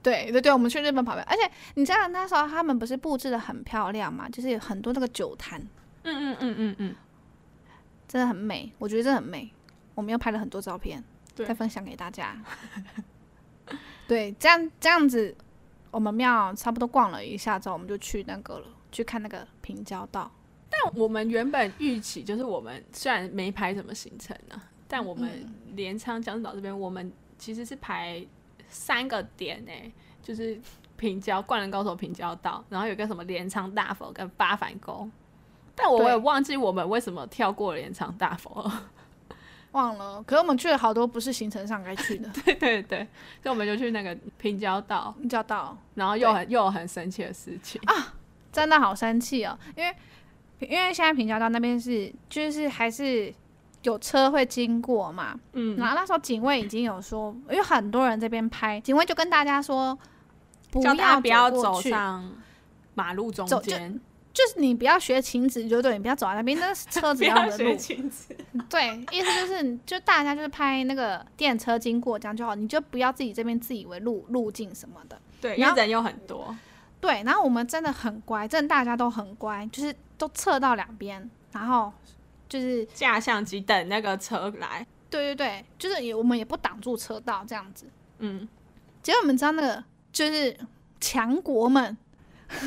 [SPEAKER 3] 对对对，我们去日本跑庙，而且你知道那时候他们不是布置的很漂亮嘛，就是有很多那个酒坛，
[SPEAKER 1] 嗯嗯嗯嗯嗯，
[SPEAKER 3] 真的很美，我觉得真的很美。我们又拍了很多照片，
[SPEAKER 1] 对
[SPEAKER 3] 再分享给大 家。对，这样这样子，我们庙差不多逛了一下之后，我们就去那个了，去看那个平交道。
[SPEAKER 1] 但我们原本预期就是我们虽然没排什么行程啊，但我们镰仓江之岛这边，我们其实是排三个点呢、就是平交灌篮高手平交道，然后有一个什么镰仓大佛跟八幡宫。但我
[SPEAKER 3] 对
[SPEAKER 1] 也忘记我们为什么跳过镰仓大佛了。
[SPEAKER 3] 忘了，可是我们去了好多不是行程上该去 的
[SPEAKER 1] 对对对，所以我们就去那个平交道，
[SPEAKER 3] 平交道，
[SPEAKER 1] 然后又很又有很生气的事情。
[SPEAKER 3] 真的好生气哦，因为因为现在平交道那边是就是还是有车会经过嘛，
[SPEAKER 1] 嗯，
[SPEAKER 3] 然后那时候警卫已经有说，因为很多人这边拍，警卫就跟大家说，不
[SPEAKER 1] 叫大家不要
[SPEAKER 3] 走过
[SPEAKER 1] 走
[SPEAKER 3] 去
[SPEAKER 1] 上马路中
[SPEAKER 3] 走就
[SPEAKER 1] 间，
[SPEAKER 3] 就是你不要学停止就对，你不要走在那边，那 是车子
[SPEAKER 1] 不
[SPEAKER 3] 要
[SPEAKER 1] 要
[SPEAKER 3] 的
[SPEAKER 1] 学
[SPEAKER 3] 路。
[SPEAKER 1] 裙子。
[SPEAKER 3] 对，意思就是就大家就是拍那个电车经过这样就好，你就不要自己这边自以为路路径什么的。
[SPEAKER 1] 对，
[SPEAKER 3] 然
[SPEAKER 1] 因为
[SPEAKER 3] 后
[SPEAKER 1] 人有很多。
[SPEAKER 3] 对，然后我们真的很乖，真的大家都很乖，就是都侧到两边，然后就是
[SPEAKER 1] 架相机等那个车来。
[SPEAKER 3] 对对对，就是也我们也不挡住车道这样子。
[SPEAKER 1] 嗯，
[SPEAKER 3] 结果你们知道那个就是强国们，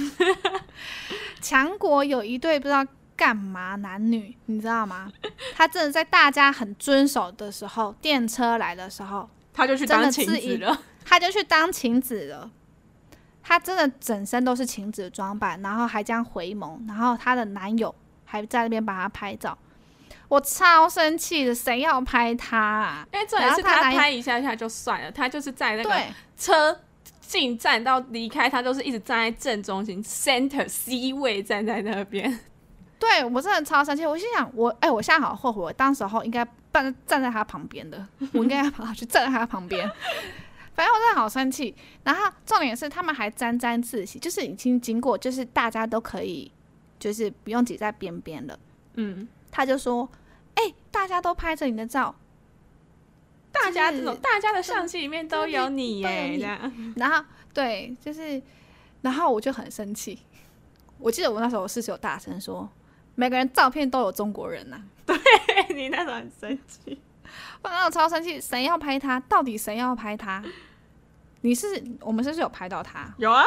[SPEAKER 3] 强国有一对不知道干嘛男女，你知道吗？他真的在大家很遵守的时候，电车来的时候，
[SPEAKER 1] 他就去
[SPEAKER 3] 真
[SPEAKER 1] 当
[SPEAKER 3] 的
[SPEAKER 1] 晴
[SPEAKER 3] 是
[SPEAKER 1] 子
[SPEAKER 3] 一
[SPEAKER 1] 了。
[SPEAKER 3] 他就去当晴子了。她真的整身都是晴子装扮，然后还这样回眸，然后她的男友还在那边帮她拍照，我超生气的，谁要拍她、啊？
[SPEAKER 1] 因为这也
[SPEAKER 3] 然后
[SPEAKER 1] 是
[SPEAKER 3] 他
[SPEAKER 1] 他
[SPEAKER 3] 拿一
[SPEAKER 1] 拍一下下就算了，他就是在那个
[SPEAKER 3] 对，
[SPEAKER 1] 车进站到离开，他都是一直站在正中心 center C 位站在那边。
[SPEAKER 3] 对我真的超生气，我心想我哎、我现在好后悔，我当时候应该站站在他旁边的，我应该要跑去站在他旁边。反正我真的好生气，然后重点是他们还沾沾自喜，就是已经经过，就是大家都可以，就是不用挤在边边了。
[SPEAKER 1] 嗯，
[SPEAKER 3] 他就说：“哎、大家都拍着你的照。
[SPEAKER 1] 大家这
[SPEAKER 3] 是
[SPEAKER 1] 种大家的相机里面都有你
[SPEAKER 3] 都有
[SPEAKER 1] 耶，
[SPEAKER 3] 你
[SPEAKER 1] 这样。”
[SPEAKER 3] 然后对，就是，然后我就很生气。我记得我那时候是有大声说：“每个人照片都有中国人呐、啊
[SPEAKER 1] 你那时候很生气。
[SPEAKER 3] 我那时候超生气，谁要拍他？到底谁要拍他？你是我们是不是有拍到他？
[SPEAKER 1] 有啊，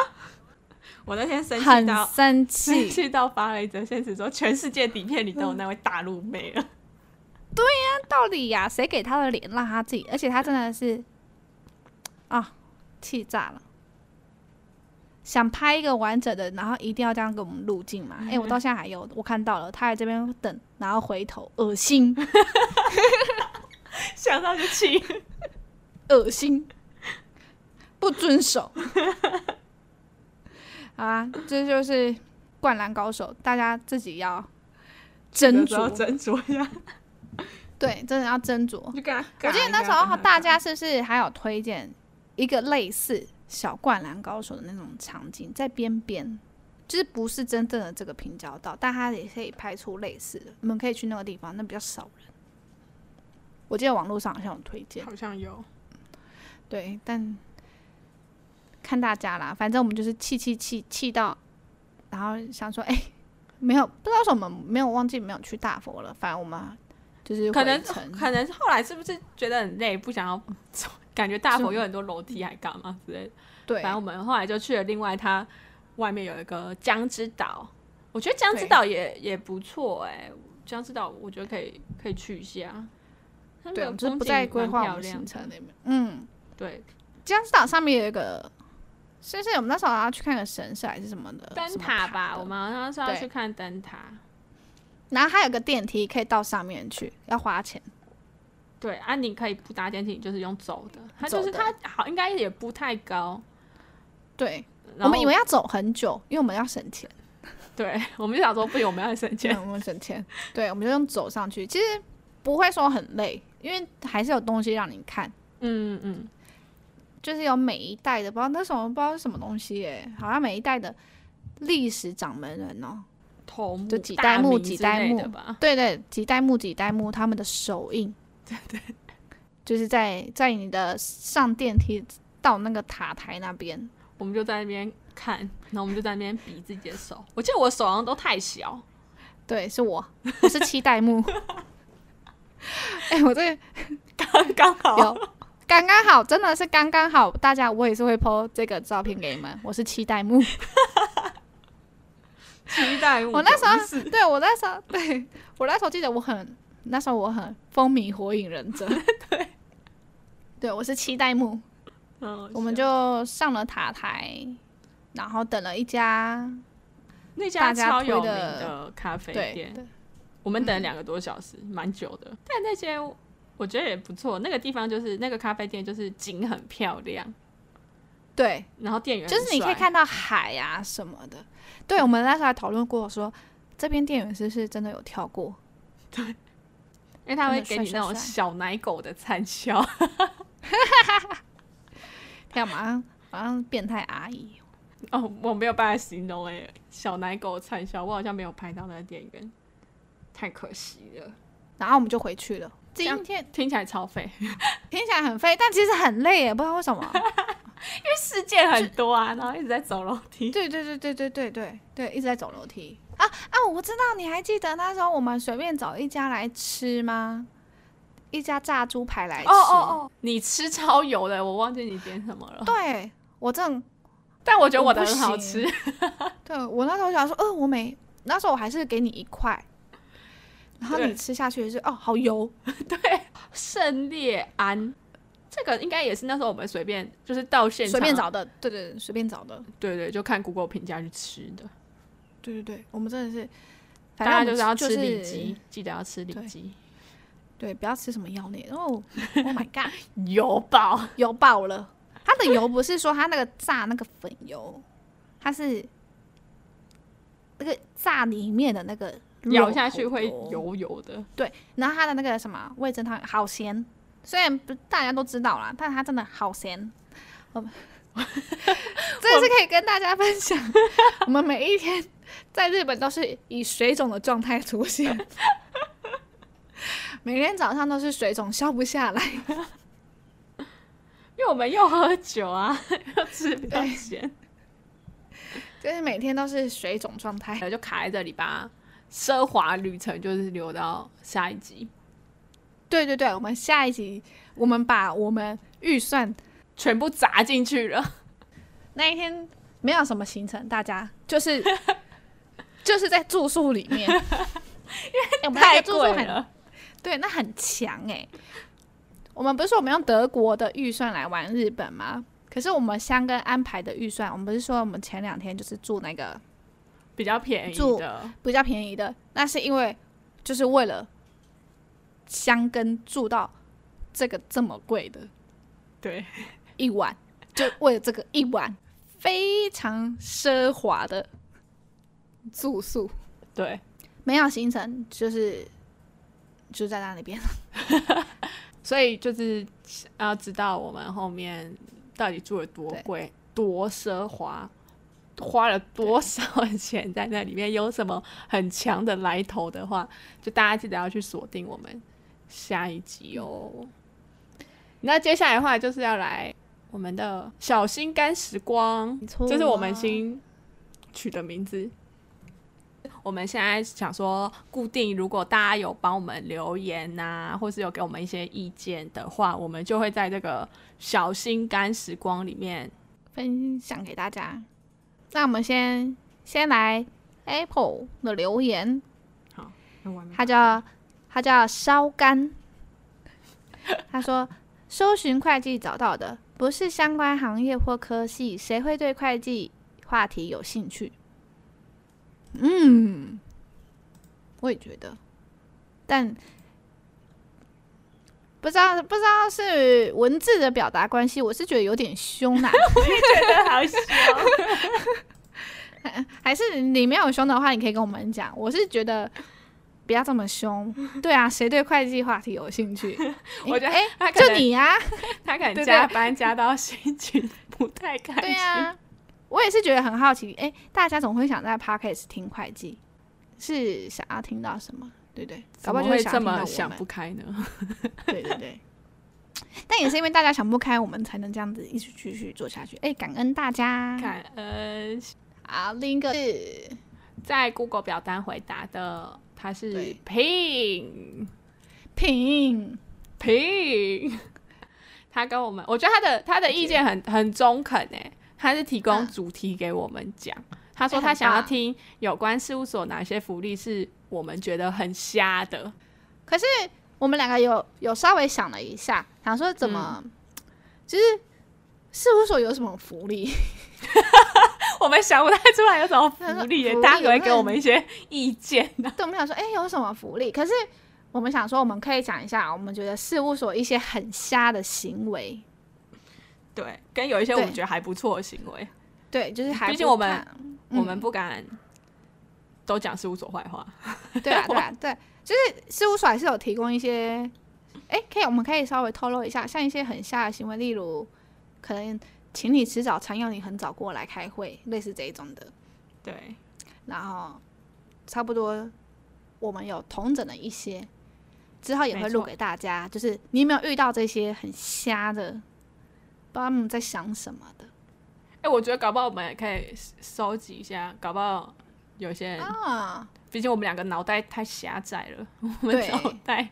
[SPEAKER 1] 我那天生气
[SPEAKER 3] 很
[SPEAKER 1] 到
[SPEAKER 3] 生
[SPEAKER 1] 生
[SPEAKER 3] 气，
[SPEAKER 1] 气到发了一则现实说，全世界底片里都有那位大陆妹了。
[SPEAKER 3] 到底呀、谁给他的脸让他自己？而且他真的是啊，气炸了。想拍一个完整的，然后一定要这样给我们入镜
[SPEAKER 1] 嗯
[SPEAKER 3] 嘛？哎、我到现在还有，我看到了，他还这边等，然后回头，恶心，
[SPEAKER 1] 想到就气，
[SPEAKER 3] 恶心，不遵守。 好啊，这就是《灌篮高手》，大家自己要斟
[SPEAKER 1] 有时候
[SPEAKER 3] 酌，
[SPEAKER 1] 斟酌一下，
[SPEAKER 3] 对，真的要斟酌。
[SPEAKER 1] 就跟他尬
[SPEAKER 3] 我记得
[SPEAKER 1] 一
[SPEAKER 3] 那时
[SPEAKER 1] 下
[SPEAKER 3] 候大家是不是还有推荐一个类似小灌篮高手的那种场景，在边边，就是不是真正的这个平交道，但它也可以拍出类似的。你们可以去那个地方，那比较少人。我记得网络上好像有推荐，
[SPEAKER 1] 好像有。
[SPEAKER 3] 对，但看大家啦，反正我们就是气气气气到，然后想说，哎、没有，不知道为什么没有忘记没有去大佛了，反正我们就是
[SPEAKER 1] 可
[SPEAKER 3] 回
[SPEAKER 1] 能
[SPEAKER 3] 程
[SPEAKER 1] 可能是后来是不是觉得很累，不想要， 感觉大佛有很多楼梯还干嘛之类的。
[SPEAKER 3] 对
[SPEAKER 1] 反正我们后来就去了另外它外面有一个江之岛，我觉得江之岛也也不错哎、江之岛我觉得可以可以去一下。它那
[SPEAKER 3] 对，
[SPEAKER 1] 个
[SPEAKER 3] 我们就是
[SPEAKER 1] 风
[SPEAKER 3] 不
[SPEAKER 1] 景
[SPEAKER 3] 再规
[SPEAKER 1] 蛮
[SPEAKER 3] 划我
[SPEAKER 1] 漂
[SPEAKER 3] 们
[SPEAKER 1] 亮
[SPEAKER 3] 行
[SPEAKER 1] 的
[SPEAKER 3] 程里面。嗯，
[SPEAKER 1] 对，
[SPEAKER 3] 江之岛上面有一个，是是我们那时候要去看个神社还是什么的
[SPEAKER 1] 灯
[SPEAKER 3] 呃什么
[SPEAKER 1] 塔吧，
[SPEAKER 3] 的
[SPEAKER 1] 我们好像是要
[SPEAKER 3] 对
[SPEAKER 1] 去看灯塔。
[SPEAKER 3] 然后它有个电梯可以到上面去，要花钱。
[SPEAKER 1] 对啊，你可以不搭电梯，你就是用走的。它就是
[SPEAKER 3] 走的
[SPEAKER 1] 它好，应该也不太高。
[SPEAKER 3] 对，
[SPEAKER 1] 然
[SPEAKER 3] 我
[SPEAKER 1] 后
[SPEAKER 3] 们以为要走很久，因为我们要省钱，
[SPEAKER 1] 对， 我们就想说不行，我们要省钱
[SPEAKER 3] 对，。我们省钱，对，我们就用走上去，其实不会说很累，因为还是有东西让你看，
[SPEAKER 1] 嗯嗯，
[SPEAKER 3] 就是有每一代的，不知道那什么，不知道是什么东西耶，好像每一代的历史掌门人哦、
[SPEAKER 1] 头目
[SPEAKER 3] 就几
[SPEAKER 1] 大
[SPEAKER 3] 代目
[SPEAKER 1] 名
[SPEAKER 3] 几
[SPEAKER 1] 之
[SPEAKER 3] 代
[SPEAKER 1] 类
[SPEAKER 3] 目
[SPEAKER 1] 的吧。
[SPEAKER 3] 对对，几代目几代目他们的手印， 对对，就是在在你的上电梯到那个塔台那边，
[SPEAKER 1] 我们就在那边看，然后我们就在那边比自己的手。我记得我手好像都太小，
[SPEAKER 3] 对，是我，我是七代目。 哎、我这个
[SPEAKER 1] 刚刚好。
[SPEAKER 3] 有刚刚好，真的是刚刚好，大家我也是会 po 这个照片给你们，我是七代 目。
[SPEAKER 1] 期待
[SPEAKER 3] 我那时候，对我那时候，对我那时候记得我很，那时候我很风靡火影忍者， 对，对我是七代目。
[SPEAKER 1] 候
[SPEAKER 3] 嗯我们就上了塔台，然后等了一家
[SPEAKER 1] 那
[SPEAKER 3] 大
[SPEAKER 1] 家
[SPEAKER 3] 家
[SPEAKER 1] 超
[SPEAKER 3] 推
[SPEAKER 1] 有名
[SPEAKER 3] 的
[SPEAKER 1] 的咖啡
[SPEAKER 3] 对嗯
[SPEAKER 1] 店，
[SPEAKER 3] 对
[SPEAKER 1] 我们等了两个多小时，蛮久的。但那些我觉得也不错，那个地方就是那个咖啡店，就是景很漂亮，
[SPEAKER 3] 对，
[SPEAKER 1] 然后店员
[SPEAKER 3] 就是你可以
[SPEAKER 1] 很帅
[SPEAKER 3] 看到海啊什么的。对，我们那时候还讨论过说，这边店员是不是真的有跳 过？
[SPEAKER 1] 因为他会
[SPEAKER 3] 真的
[SPEAKER 1] 给你
[SPEAKER 3] 帅
[SPEAKER 1] 那
[SPEAKER 3] 帅
[SPEAKER 1] 种
[SPEAKER 3] 帅
[SPEAKER 1] 小奶狗的灿笑。
[SPEAKER 3] 天啊，马上马上变态阿姨。
[SPEAKER 1] 哦，我没有办法形容哎、小奶狗的灿笑，我好像没有拍到那个店员，太可惜了，
[SPEAKER 3] 然后我们就回去了。
[SPEAKER 1] 这
[SPEAKER 3] 今
[SPEAKER 1] 样
[SPEAKER 3] 天
[SPEAKER 1] 听起来 超废。
[SPEAKER 3] 听起来很废，但其实很累耶，不知道为什么。
[SPEAKER 1] 事件很多啊，然后一直在走楼梯。
[SPEAKER 3] 对对对对对对对对，一直在走楼梯啊啊！我知道，你还记得那时候我们随便找一家来吃吗？一家炸猪排来吃。
[SPEAKER 1] 哦哦哦，哦你吃超油的，我忘记你点什 么了。
[SPEAKER 3] 对我正
[SPEAKER 1] 但我觉得
[SPEAKER 3] 我
[SPEAKER 1] 我的
[SPEAKER 3] 不
[SPEAKER 1] 很好
[SPEAKER 3] 行
[SPEAKER 1] 吃，
[SPEAKER 3] 对我那时候想说，呃，我没，那时候我还是给你一块，然后
[SPEAKER 1] 对
[SPEAKER 3] 你吃下去也是，哦，好油，
[SPEAKER 1] 胜烈安这个应该也是那时候我们随便就是到现场
[SPEAKER 3] 随便，找的，对对对，随便找的，
[SPEAKER 1] 对对，就看 Google 评价去吃的。
[SPEAKER 3] 对对对，我们真的是，
[SPEAKER 1] 大
[SPEAKER 3] 反正
[SPEAKER 1] 家
[SPEAKER 3] 我
[SPEAKER 1] 就
[SPEAKER 3] 们就
[SPEAKER 1] 是要吃里
[SPEAKER 3] 是
[SPEAKER 1] 脊，记得要吃里
[SPEAKER 3] 对
[SPEAKER 1] 脊，
[SPEAKER 3] 对，不要吃什么药类哦。Oh my god，
[SPEAKER 1] 油爆。
[SPEAKER 3] 油爆了！它的油不是说它那个炸那个粉油，它是那个炸里面的那个
[SPEAKER 1] 咬下去会
[SPEAKER 3] 肉油。
[SPEAKER 1] 油油的，
[SPEAKER 3] 然后它的那个什么味噌汤好咸，虽然不大家都知道啦，但它真的好咸。我 们这是可以跟大家分享，我们每一天在日本都是以水肿的状态出现，每天早上都是水肿消不下来。
[SPEAKER 1] 因为我们又喝酒啊， 又吃比较
[SPEAKER 3] 对
[SPEAKER 1] 咸，
[SPEAKER 3] 就是每天都是水肿状态
[SPEAKER 1] 然。后就卡在这里吧。奢华旅程就是留到下一集，
[SPEAKER 3] 对对对，我们下一集我们把我们预算
[SPEAKER 1] 全部砸进去了。
[SPEAKER 3] 那一天没有什么行程，大家就是 就是在住宿里 面，因为我们那
[SPEAKER 1] 太
[SPEAKER 3] 个住宿
[SPEAKER 1] 贵
[SPEAKER 3] 很
[SPEAKER 1] 了，
[SPEAKER 3] 对，那很强哎、我们不是说我们用德国的预算来玩日本吗？可是我们香根安排的预算，我们不是说我们前两天就是住那个
[SPEAKER 1] 比较便宜
[SPEAKER 3] 住
[SPEAKER 1] 的，
[SPEAKER 3] 比较便宜的，那是因为就是为了香根住到这个这么贵的，
[SPEAKER 1] 对，
[SPEAKER 3] 一碗，就为了这个一碗非常奢华的住宿，
[SPEAKER 1] 对，
[SPEAKER 3] 没有行程，就是就在那里边。
[SPEAKER 1] 所以就是要知道我们后面到底住了多
[SPEAKER 3] 对
[SPEAKER 1] 贵、多奢华，花了多少钱在那里面，有什么很强的来头的话，就大家记得要去锁定我们下一集哦。那接下来的话就是要来我们的小心肝时光，
[SPEAKER 3] 错
[SPEAKER 1] 这是我们新取的名字。我们现在想说，固定如果大家有帮我们留言呐、或是有给我们一些意见的话，我们就会在这个小心肝时光里面，
[SPEAKER 3] 分享给大家。那我们先先来 Apple 的留言，他叫他叫烧干，他说搜寻会计找到的不是相关行业或科系，谁会对会计话题有兴趣？嗯，我也觉得，但不知道不知道是文字的表达关系，我是觉得有点凶啊啦、
[SPEAKER 1] 好笑。
[SPEAKER 3] 还是你没有凶的话，你可以跟我们讲。我是觉得不要这么 凶。对啊，谁对会计话题有兴趣？
[SPEAKER 1] 我觉得
[SPEAKER 3] 哎、
[SPEAKER 1] 他可
[SPEAKER 3] 就
[SPEAKER 1] 能
[SPEAKER 3] 你呀、
[SPEAKER 1] 他可
[SPEAKER 3] 对
[SPEAKER 1] 能
[SPEAKER 3] 对
[SPEAKER 1] 加班加到心情不太开心。
[SPEAKER 3] 对啊呀、我也是觉得很好奇。哎、大家总会想在 podcast 听会计，是想要听到什么？对不对？搞
[SPEAKER 1] 怎
[SPEAKER 3] 不
[SPEAKER 1] 么
[SPEAKER 3] 好就是
[SPEAKER 1] 会
[SPEAKER 3] 想要
[SPEAKER 1] 这
[SPEAKER 3] 听到
[SPEAKER 1] 么
[SPEAKER 3] 我
[SPEAKER 1] 想
[SPEAKER 3] 们
[SPEAKER 1] 不。开 呢？
[SPEAKER 3] 对对对。 但也是因为大家想不开，我们才能这样子一直继续做下去。哎、感恩大家。
[SPEAKER 1] 感恩
[SPEAKER 3] 好，另一个是
[SPEAKER 1] 在 Google 表单回答的，他是
[SPEAKER 3] 对
[SPEAKER 1] 平
[SPEAKER 3] 品，
[SPEAKER 1] 平， 他跟我们，我觉得他的他的意见很很中肯诶，他是提供
[SPEAKER 3] 嗯
[SPEAKER 1] 主题给我们讲。他说
[SPEAKER 3] 哎
[SPEAKER 1] 他
[SPEAKER 3] 很
[SPEAKER 1] 想要
[SPEAKER 3] 棒
[SPEAKER 1] 听有关事务所哪些福利是我们觉得很瞎的，
[SPEAKER 3] 可是我们两个有有稍微想了一下，想说怎么，
[SPEAKER 1] 嗯
[SPEAKER 3] 其实事务所有什么福利？
[SPEAKER 1] 我们想不太出来有什么
[SPEAKER 3] 他
[SPEAKER 1] 福
[SPEAKER 3] 说
[SPEAKER 1] 利耶
[SPEAKER 3] 福，利
[SPEAKER 1] 大家可不可以
[SPEAKER 3] 那
[SPEAKER 1] 给我们一些意见呢、
[SPEAKER 3] 对，我们想说，哎、有什么福利？可是我们想说，我们可以讲一下，我们觉得事务所一些很瞎的行为，
[SPEAKER 1] 对，跟有一些我们
[SPEAKER 3] 对
[SPEAKER 1] 觉得还不错的行为，
[SPEAKER 3] 对，嗯就是还
[SPEAKER 1] 毕竟
[SPEAKER 3] 不
[SPEAKER 1] 我们
[SPEAKER 3] 看
[SPEAKER 1] 我们不敢都讲事务所坏话。
[SPEAKER 3] 对 啊，对啊，对，就是事务所还是有提供一些，哎，可以，我们可以稍微透露一下，像一些很下的行为，例如可能请你吃早餐，要你很早过来开会，类似这一种的。
[SPEAKER 1] 对，
[SPEAKER 3] 然后差不多我们有同整了一些，之后也会
[SPEAKER 1] 没
[SPEAKER 3] 录
[SPEAKER 1] 错
[SPEAKER 3] 给大家。就是你有没有遇到这些很瞎的，不知道他们在想什么的
[SPEAKER 1] 哎、我觉得搞不好我们也可以收集一下，搞不好有些人，
[SPEAKER 3] 啊？
[SPEAKER 1] 毕竟我们两个脑袋太狭窄了， 我们
[SPEAKER 3] 对
[SPEAKER 1] 脑袋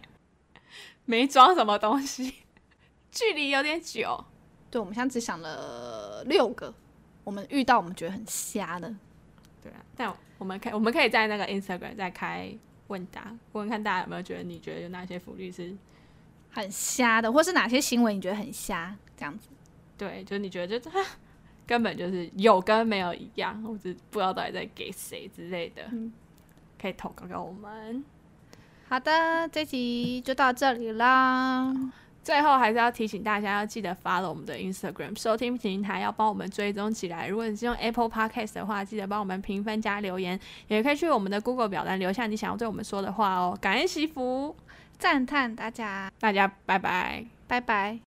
[SPEAKER 1] 没装什么东西， 距离有点久。
[SPEAKER 3] 对，我们现在只想了六个，我们遇到我们觉得很瞎的，
[SPEAKER 1] 对啊，但我们可以我们可以在那个 Instagram 再开问答，问看大家有没有觉得你觉得有哪些福利是
[SPEAKER 3] 很瞎的，或是哪些行为你觉得很瞎这样子？
[SPEAKER 1] 对，就是你觉得就根本就是有跟没有一样，我只不知道到底在给谁之类的，
[SPEAKER 3] 嗯
[SPEAKER 1] 可以投稿给我们。
[SPEAKER 3] 好的，这集就到这里啦。
[SPEAKER 1] 最后还是要提醒大家，要记得 follow 我们的 Instagram 收听平台，要帮我们追踪起来。如果你是用 Apple Podcast 的话，记得帮我们评分加留言，也可以去我们的 Google 表单留下你想要对我们说的话哦。感恩惜福，
[SPEAKER 3] 赞叹大家，
[SPEAKER 1] 大家拜拜。
[SPEAKER 3] 拜拜。